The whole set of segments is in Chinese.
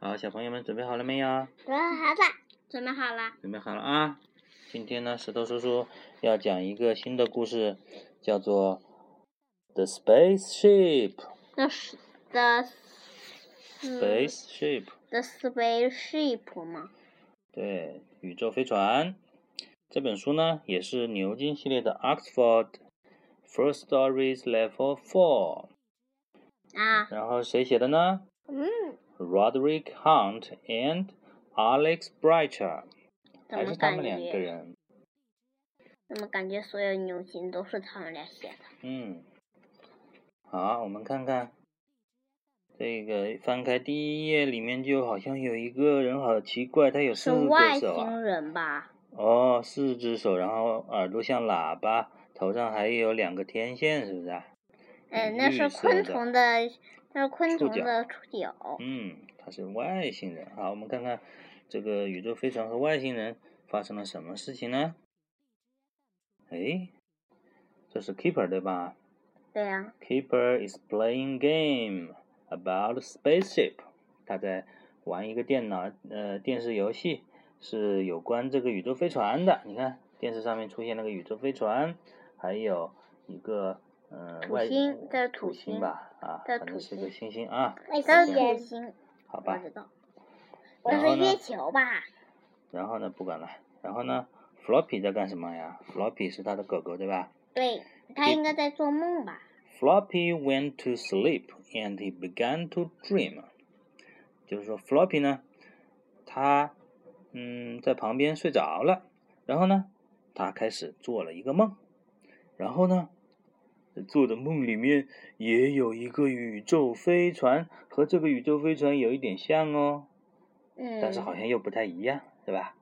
好，小朋友们准备好了没有？准备好了，准备好了，准备好了啊！今天呢，石头叔叔要讲一个新的故事，叫做《The Spaceship》。那是 the Spaceship， the spaceship 吗？对，宇宙飞船。这本书呢，也是牛津系列的 Oxford First Stories Level Four。啊，然后谁写的呢嗯， ？Roderick Hunt and Alex Brighter，怎还么是他感们两个觉？人。怎么感觉所有牛津都是他们俩写的？嗯，好，我们看看这个，翻开第一页，里面就好像有一个人，好奇怪，他有是四外只手啊星。人吧？哦，四只手，然后耳朵像喇叭，头上还有两个天线，是不是啊？哎，嗯那绿是色昆的虫的，那是昆触虫角的触角。嗯，他是外星人。好，我们看看这个宇宙飞船和外星人发生了什么事情呢？哎，这是 Keeper 对吧对呀、 ？Keeper is playing game about spaceship。他在玩一个电脑呃电视游戏，是有关这个宇宙飞船的。你看电视上面出现那个宇宙飞船，还有一个呃土外星这是土土星星吧啊，这是反正土是个星嗯星星啊，外但星是土人，星，好我吧。知道，然那后是呢？月球吧？然后呢，不管了。然后呢，Floppy 在干什么呀？Floppy 是他的狗狗，对吧对，他应该在做梦吧？ ？Floppy went to sleep and he began to dream。就是说，Floppy 呢，他嗯在旁边睡着了，然后呢，他开始做了一个梦，然后呢，做的梦里面也有一个宇宙飞船，和这个宇宙飞船有一点像哦，嗯，但是好像又不太一样，对吧？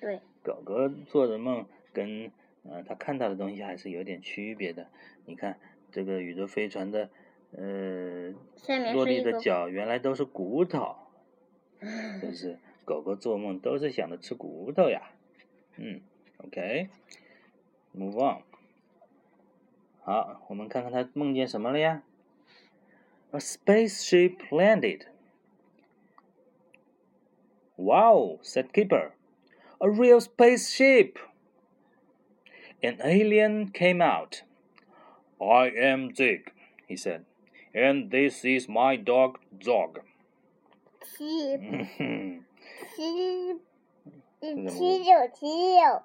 对，狗狗做的梦跟呃它看到的东西还是有点区别的。你看这个宇宙飞船的呃下面落是地一的个脚原来都是骨头，是不是？狗狗做梦都是想着吃骨头呀。嗯，OK，move、on。好，我们看看它梦见什么了呀？A spaceship landed. Wow, said Keeper. A real spaceship! An alien came out. I am Zig, he said, and this is my dog Zog. 七七么七九七六，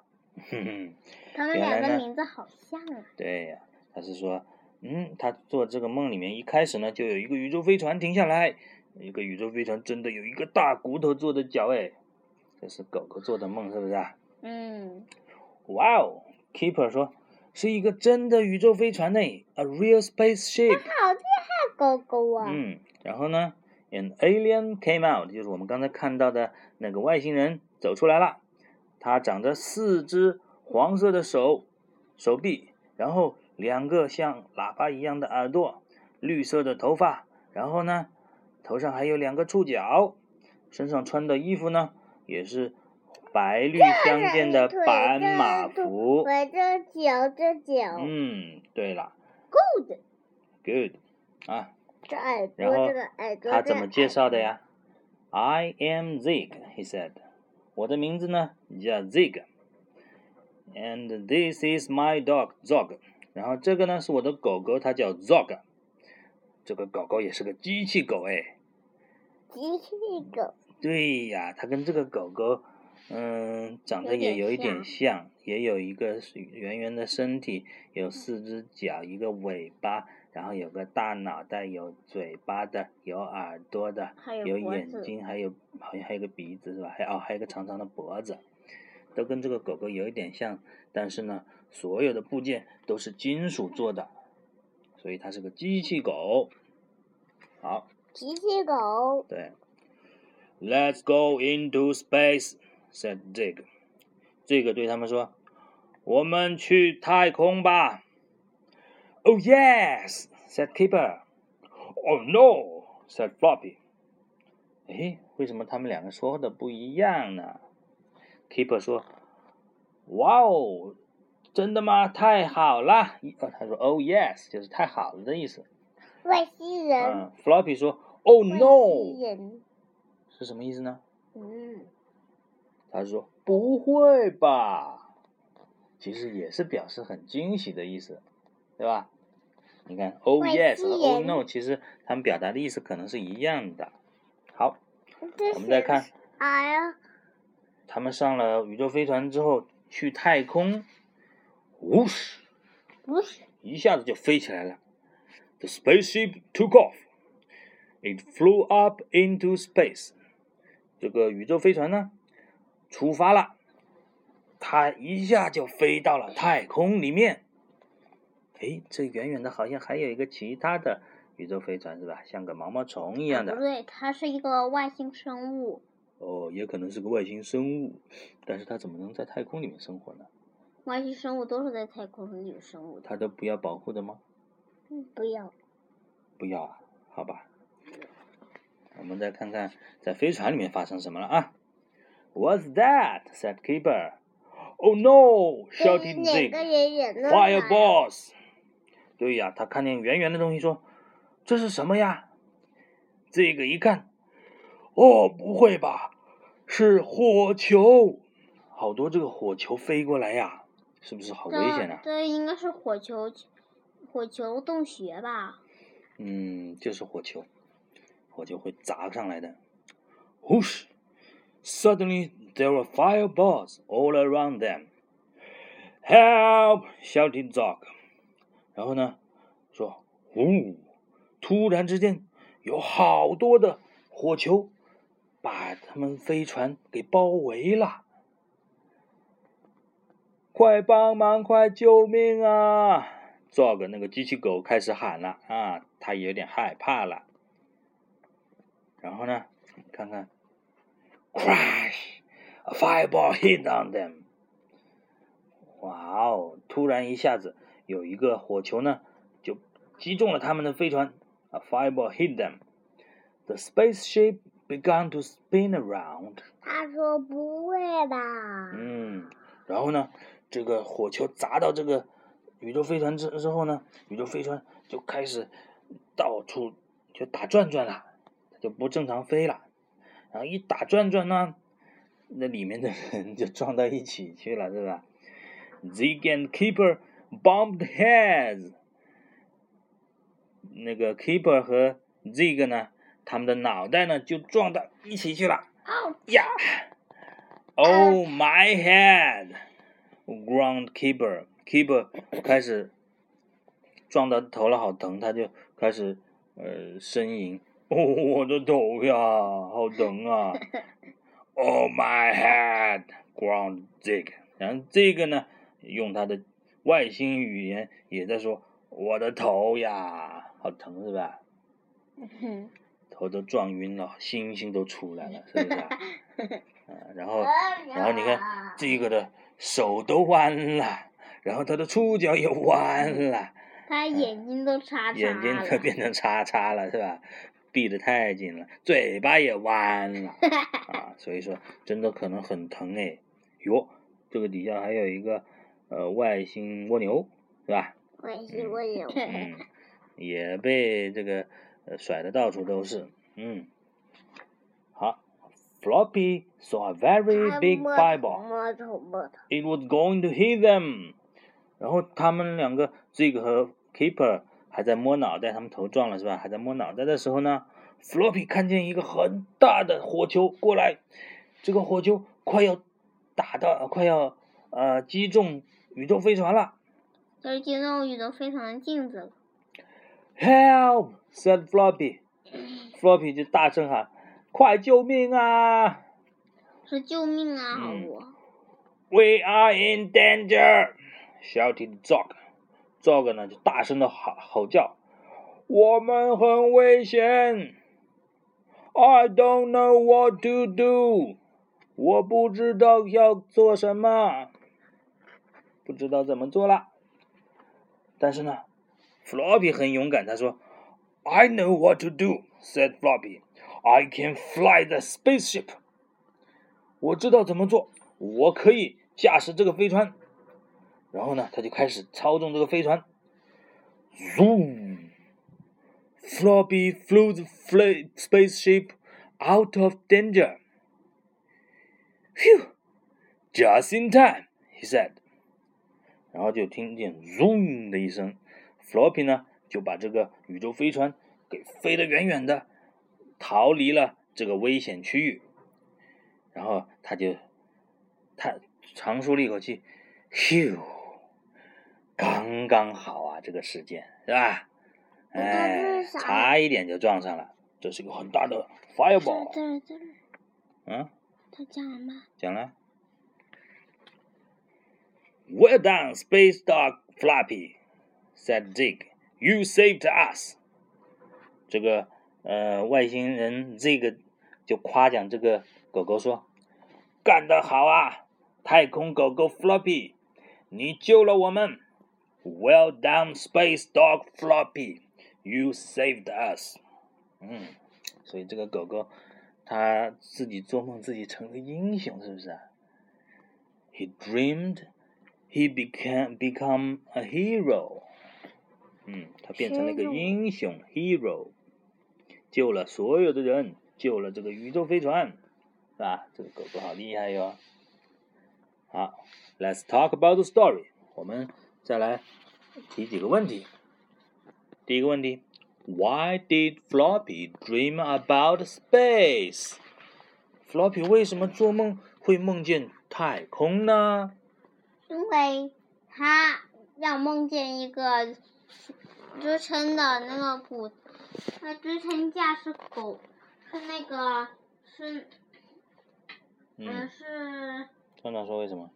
他原们俩来呢的名字好像啊。对呀、他是说，嗯，他做这个梦里面一开始呢，就有一个宇宙飞船停下来，一个宇宙飞船真的有一个大骨头做的脚，哎，这是狗狗做的梦是不是啊？嗯，哇哦，Keeper 说是一个真的宇宙飞船呢，a real spaceship。好厉害，狗狗啊！嗯，然后呢，an alien came out，就是我们刚才看到的那个外星人走出来了。他长着四只黄色的手、手臂，然后两个像喇叭一样的耳朵，绿色的头发，然后呢，头上还有两个触角，身上穿的衣服呢也是白绿相间的这是一腿斑马这是服。我这九这九，嗯，对了够的。 ，good 啊，这耳然朵，后这个耳朵，他这怎个么耳介绍的朵？呀？I am Zig，he said。我的名字呢叫 Zig。And this is my dog Zog。然后这个呢是我的狗狗，它叫 Zog。这个狗狗也是个机器狗哎。机器狗，对呀，它跟这个狗狗，嗯，长得有也点有一点像，也有一个是圆圆的身体，有四只脚，一个尾巴，然后有个大脑袋，有嘴巴的，有耳朵的，还有有脖眼子睛，还有好像还有个鼻子是吧？还哦，还有个长长的脖子，都跟这个狗狗有一点像，但是呢，所有的部件都是金属做的，所以它是个机器狗。好，机器狗，对。Let's go into space," said Zig. 这个对他们说：“我们去太空吧。” Oh yes," said Keeper. "Oh no," said Floppy. 诶，为什么他们两个说的不一样呢？Keeper 说：“哇哦，真的吗？太好啦！”呃，他说：“Oh yes”，就是太好了的意思。外星人，嗯，Floppy 说：“Oh 外 no”。星人，是什么意思呢？嗯，他说不会吧，其实也是表示很惊喜的意思，对吧？你看，oh 外 yes 和星 oh 人 no，其实他们表达的意思可能是一样的。好，这我们再是看啥呀？他们上了宇宙飞船之后去太空，呜嘘，不是，一下子就飞起来了。The spaceship took off. It flew up into space. 这个宇宙飞船呢，出发了，它一下就飞到了太空里面。诶，这远远的好像还有一个其他的宇宙飞船是吧？像个毛毛虫一样不的。对，它是一个外星生物。哦，也可能是个外星生物，但是它怎么能在太空里面生活呢？外星生物都是在太空里的生物的。它都不要保护的吗？嗯不要。不要啊，好吧。我们再看看在飞船里面发生什么了啊？What's that? said Keeper. Oh no! 这 shouted 是哪个 Zig. 人也啊能来 Fireballs. 对呀，他看见圆圆的东西说：“这是什么呀？”这个一看，哦，不会吧，是火球！好多这个火球飞过来呀，是不是好危险啊这？这应该是火球，火球洞穴吧？嗯，就是火球，火球会砸上来的。Whoosh! Suddenly there were fireballs all around them. Help! shouted Zog. 然后呢，说呜，突然之间有好多的火球把他们飞船给包围了。快帮忙！快救命啊！Zog 那个机器狗开始喊了啊，它也有点害怕了。然后呢，看看，crash，a fireball hit on them。哇哦！突然一下子有一个火球呢，就击中了他们的飞船。A fireball hit them. The spaceship began to spin around. 他说不会吧？嗯，然后呢，这个火球砸到这个宇宙飞船之之后呢，宇宙飞船就开始到处就打转转了，它就不正常飞了。然后一打转转呢，那里面的人就撞到一起去了，对吧？Zig and Keeper bumped heads。那个 Keeper 和 Zig 呢，他们的脑袋呢就撞到一起去了。呀！Oh my head! Groundkeeper, keeper 开始撞到头了，好疼，他就开始呃呻吟。 哦，我的头呀，好疼啊！Oh my head, ground zig。然后这个呢，用他的外星语言也在说我的头呀，好疼是吧？嗯哼，头都撞晕了，星星都出来了，是不是、啊？嗯然后哦 然后你看这个的手都弯了，然后他的触角也弯了，它眼睛都叉叉了。眼睛都变成叉叉了，是吧？闭得太紧了，嘴巴也弯了啊，所以说真的可能很疼哎。哟，这个底下还有一个呃外星蜗牛，是吧？我是我有。嗯，也被这个呃甩的到处都是。嗯，好，Floppy saw a very 他 big 摸 fireball. 摸头摸头， It was going to hit them. 然后他们两个，Zig 和 Keeper 还在摸脑袋，他们头撞了是吧？还在摸脑袋的时候呢，Floppy 看见一个很大的火球过来，这个火球快要打到，快要呃击中宇宙飞船了。就是进入宇宙飞船的镜子了。 Help! said Floppy. Floppy 就大声喊：“快救命啊说救命啊！嗯我！”We are in danger! shouted Zog. Zog 呢就大声的吼吼叫：“我们很危险！I don't know what to do. 我不知道要做什么，不知道怎么做了。”但是呢，Floppy 很勇敢，他说。I know what to do, said Floppy. I can fly the spaceship. 我知道怎么做，我可以驾驶这个飞船。然后呢，他就开始操纵这个飞船。Zoom! Floppy flew the fla- spaceship out of danger. Phew! Just in time, he said. 然后就听见 zoom 的一声，Floppy 呢就把这个宇宙飞船给飞得远远的，逃离了这个危险区域。然后他就他长舒了一口气，phew，刚刚好啊，这个时间是吧？那这哎，是啥差一点就撞上了，这是一个很大的这儿 fireball。这儿这儿，嗯，他讲了吗？讲了。Well done, space dog Floppy," said Zig. "You saved us." 这个呃，外星人 Zig 就夸奖这个狗狗说：“干得好啊，太空狗狗 Floppy，你救了我们。”Well done, space dog Floppy. You saved us. 嗯，所以这个狗狗它自己做梦，自己成了英雄，是不是啊？He dreamed he became become a hero。嗯，他变成了一个 Hero 英雄 hero，救了所有的人，救了这个宇宙飞船，是吧？这个狗狗好厉害哟。好，Let's talk about the story。我们再来提几个问题。第一个问题，Why did Floppy dream about space？Floppy 为什么做梦会梦见太空呢？因为他要梦见一个支撑的那个呃骨，那支撑架是狗，是那个是嗯嗯，是团长说为什么？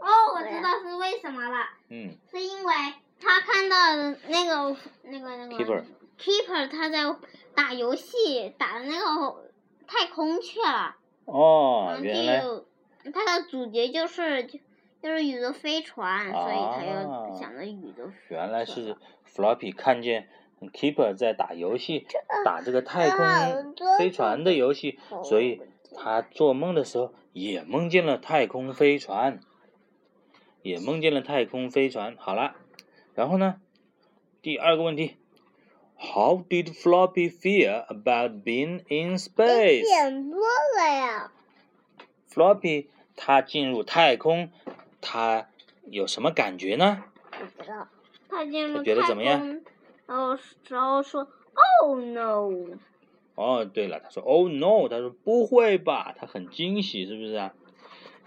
哦，我知道是为什么了，嗯是因为他看到那个那个那个 Keeper keeper 他在打游戏打那个太空去了，然哦后，原来就他的主角就是就就是宇宙飞船，所以他啊又想着宇宙飞原来船是 Floppy 看见 Keeper 在打游戏，打这个太空飞船的哦游戏，所以他做梦的时候也梦见了太空飞船，也梦见了太空飞船。好了，然后呢，第二个问题，How did Floppy fear about being in 一 space？点多了呀， Floppy 他进入太空，他有什么感觉呢？不知道。他进入觉得太怎么样空，然后然后说，Oh no！哦，对了，他说，Oh no，他说不会吧，他很惊喜，是不是啊？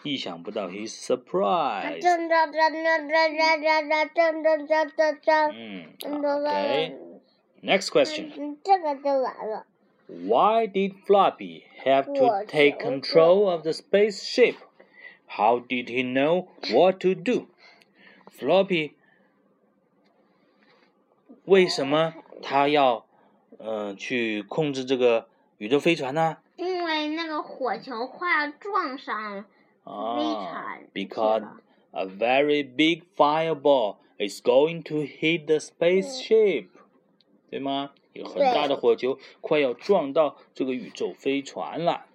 意想不到，he's 啊 surprised。正正正正正正正正正正正正正嗯正正，OK。Next 正 question: 正，嗯这个就来了。 Why did Floppy have to 我 take 求 control of the spaceship? How did he know what to do? Floppy 为什么他要嗯、呃去控制这个宇宙飞船呢？因为那个火球快要撞上啊飞船，because a very big fireball is going to hit the spaceship，对吗？有很大的火球快要撞到这个宇宙飞船了。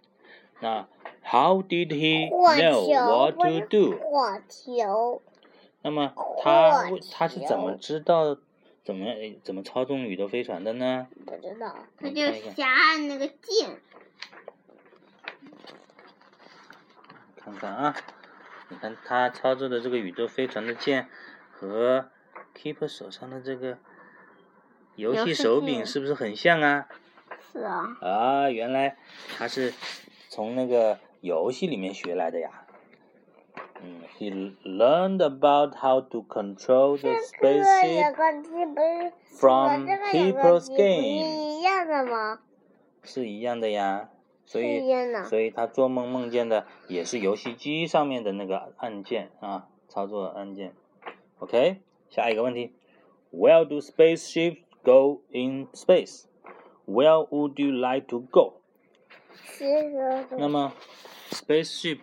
那 How did he 火 know 球 what 不 to 是 do？火球，那么他火他是怎么球知道怎么怎么操纵宇宙飞船的呢？不知道。他你就看一看瞎按那个键，看看啊，你看他操作的这个宇宙飞船的键和 Keeper 手上的这个游游戏戏手键柄是不是很像啊？是啊，啊，原来他是从那个游戏里面学来的呀。嗯，He learned about how to control the 这个 spaceship 两个鸡不是和 from 这个两个嗯 Keeper's 鸡不是 game，一样的吗？是一样的呀。所是以一啊样的。所以他做梦梦见的也是游戏机上面的那个按键啊，操作按键。OK，下一个问题，Where do spaceships go in space? Where would you like to go? 其实那么，spaceship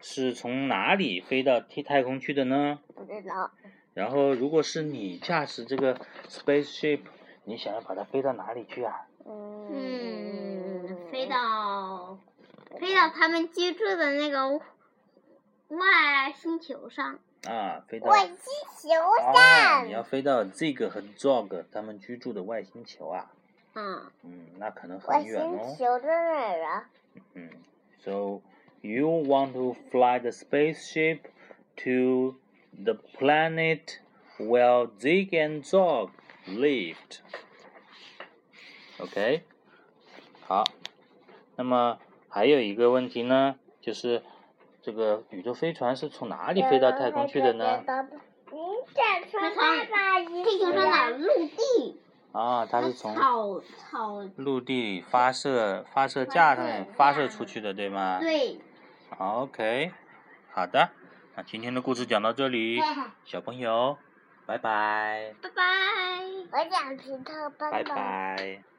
是从哪里飞到太太空去的呢？不知道，然后，如果是你驾驶这个 spaceship，你想要把它飞到哪里去啊？嗯嗯，飞到飞到他们居住的那个外星球上，啊，飞到外星球啊，你要上，飞到这个和 Zog 他们居住的外星球啊？嗯，嗯，那可能我很远星哦。球在哪儿啊？嗯，So you want to fly the spaceship to the planet where Zig and Zog lived. OK，好。那么还有一个问题呢，就是这个宇宙飞船是从哪里飞到太空去的呢？您嗯展穿爸爸衣地球上哪儿陆地？啊，它是从草草陆地发射发射架上面发射出去的，对吗？对， OK，好的，那今天的故事讲到这里，小朋友，拜拜，拜拜。我想知道爸拜爸。拜。